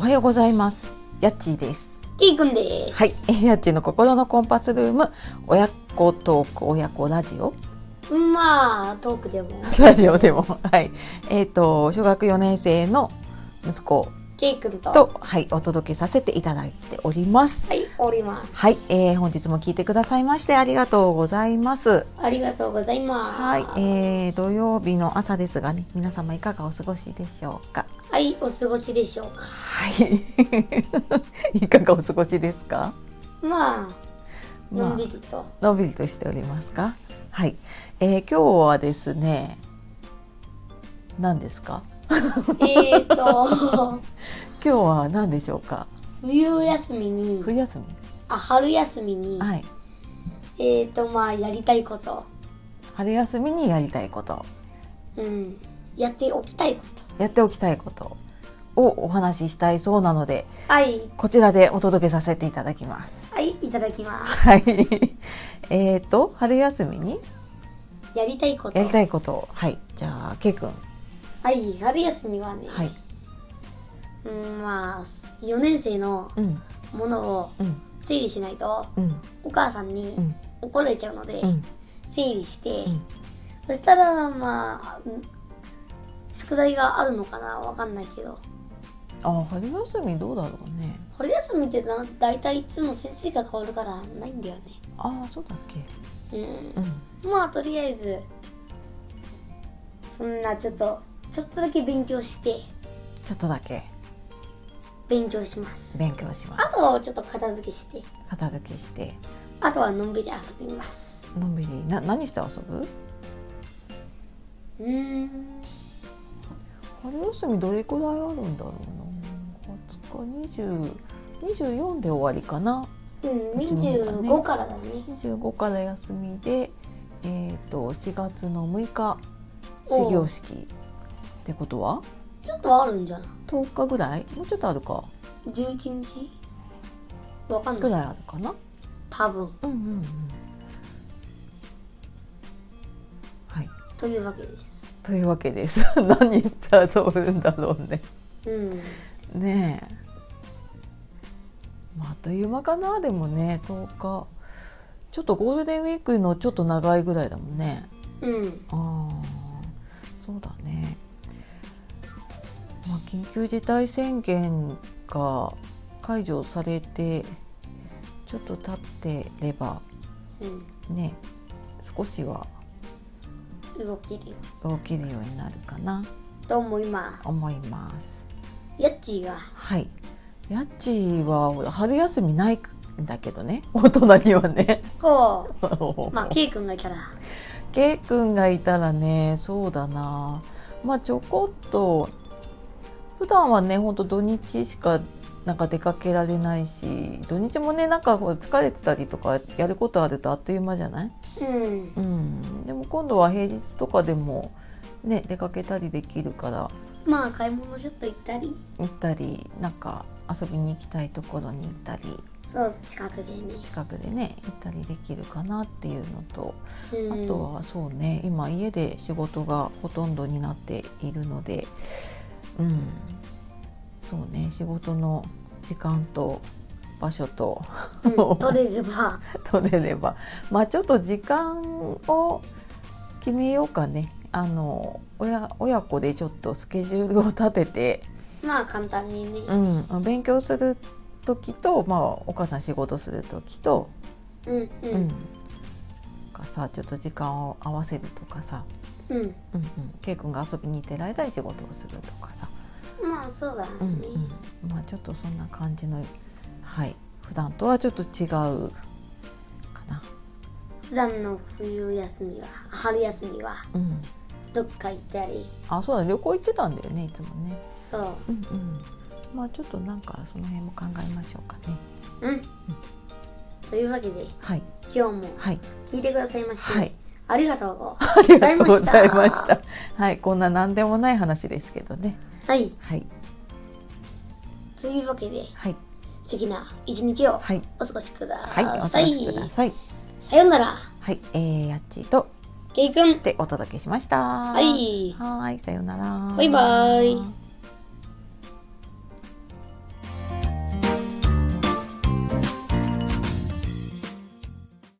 はようございますやっちーですキーくんです。はいえー やっちーの心のコンパスルーム親子トーク親子ラジオまあ、トークでも。ラジオでも はいえっ、と小学4年生の息子キーくんと。とはいお届けさせていただいておりますはい、おります。はい、えー本日も聞いてくださいましてありがとうございますありがとうございます。はい、えー、土曜日の朝ですがね皆様いかがお過ごしでしょうかはい、お過ごしでしょうか。はいいか がお過ごしですかまあ、まあのんびりと。のんびりとしておりますか。はい、えー今日はですね。何ですか。え っと、今日は何でしょうか。冬休みに、冬休あ、春休みにみ。、はい。えっと、まあ、やりたいこと。春休みにやりたいこと、うん。やっておきたいこと。やっておきたいこと。をお話ししたいそうなので、はい、こちらでお届けさせていただきます。はい、いただきます。はい。 えっと、春休みにやりたいことや。りたいこと。はい。じゃあ、けいくん。はい、春休みはね、はい。うん、まあ、4年生のうん。ものをうん。整理しないと、うん。お母さんにうん怒られちゃうので、うん。整理して、んそしたらまあうん宿題があるのかなわかんないけどあ、春休みどうだろうね。春休みってな大体いつも先生が変わるからないんだよねああ、そうだっうけ。うん。んまあとりあえずそんなちょっとちょっとだけ勉強してちょっとだけ勉強します勉強しまあすとはちょっと片付けして片付けしてあとはのんびり遊びますのんびりな何して遊ぶうーん春休みどれくらいあるんだろうな20日20 24で終わりかなうんうちの方がね25からだね25から休みで、えー、と4月の6日おう始業式ってことはちょっとあるんじゃない10日ぐらいもうちょっとあるか11日わかんぐないらいあるかな多分うんうんうんはいというわけですというわけです 何さ遊ぶんだろうねうんねえまああっという間かなでもね10日ちょっとゴールデンウィークのちょっと長いぐらいだもんねうんああそうだねまあ緊急事態宣言が解除されてちょっと経ってればうんね少しは動けるよ動けるようになるかなと思います思いますやっちーがはい。やっちーは春休みないんだけどね。 大人にはね。こう まあまケイ君がいたらけいくんがいたらね、そうだな。まあちょこっと、普段はね、ほんと土日しかなんか出かけられないし、土日もね、なんかこう疲れてたりとか、やることあるとあっという間じゃないうんうん。でも今度は平日とかでも、ね、出かけたりできるから、まあ買い物ちょっと行ったり行ったり、なんか遊びに行きたいところに行ったり。そう近くでね近くでね行ったりできるかなっていうのと、うんあとはそうね今家で仕事がほとんどになっているのでうんそうね仕事の時間と場所と うん取れれば取れればまあちょっと時間を決めようかねあの親親子でちょっとスケジュールを立ててまあ簡単にねうん、勉強する時と、まあ、お母さん仕事する時とうんううん、んかさちょっと時間を合わせるとかさ、うんうんうん、K 君が遊びに行ってる間に仕事をするとかさ、まあそうだねうんうん、まあちょっとそんな感じのはい普段とはちょっと違うかな、普段の冬休みは春休みはうん、どっか行ったりあそうだ旅行行ってたんだよねいつもね、そうんうん、まあちょっとなんかその辺も考えましょうかねううんというわけではい今日もはい聞いてくださいまして、はいありがとうごありがとうございござまいまししたはいこんな何でもない話ですけどねはいはいというわけではい素敵な一日をはいお過ごしくださ、はいいお過ごしくださいさようならはいえー、やっちーとケイくんでお届けしました。はいはーい、さようなら。バイバイ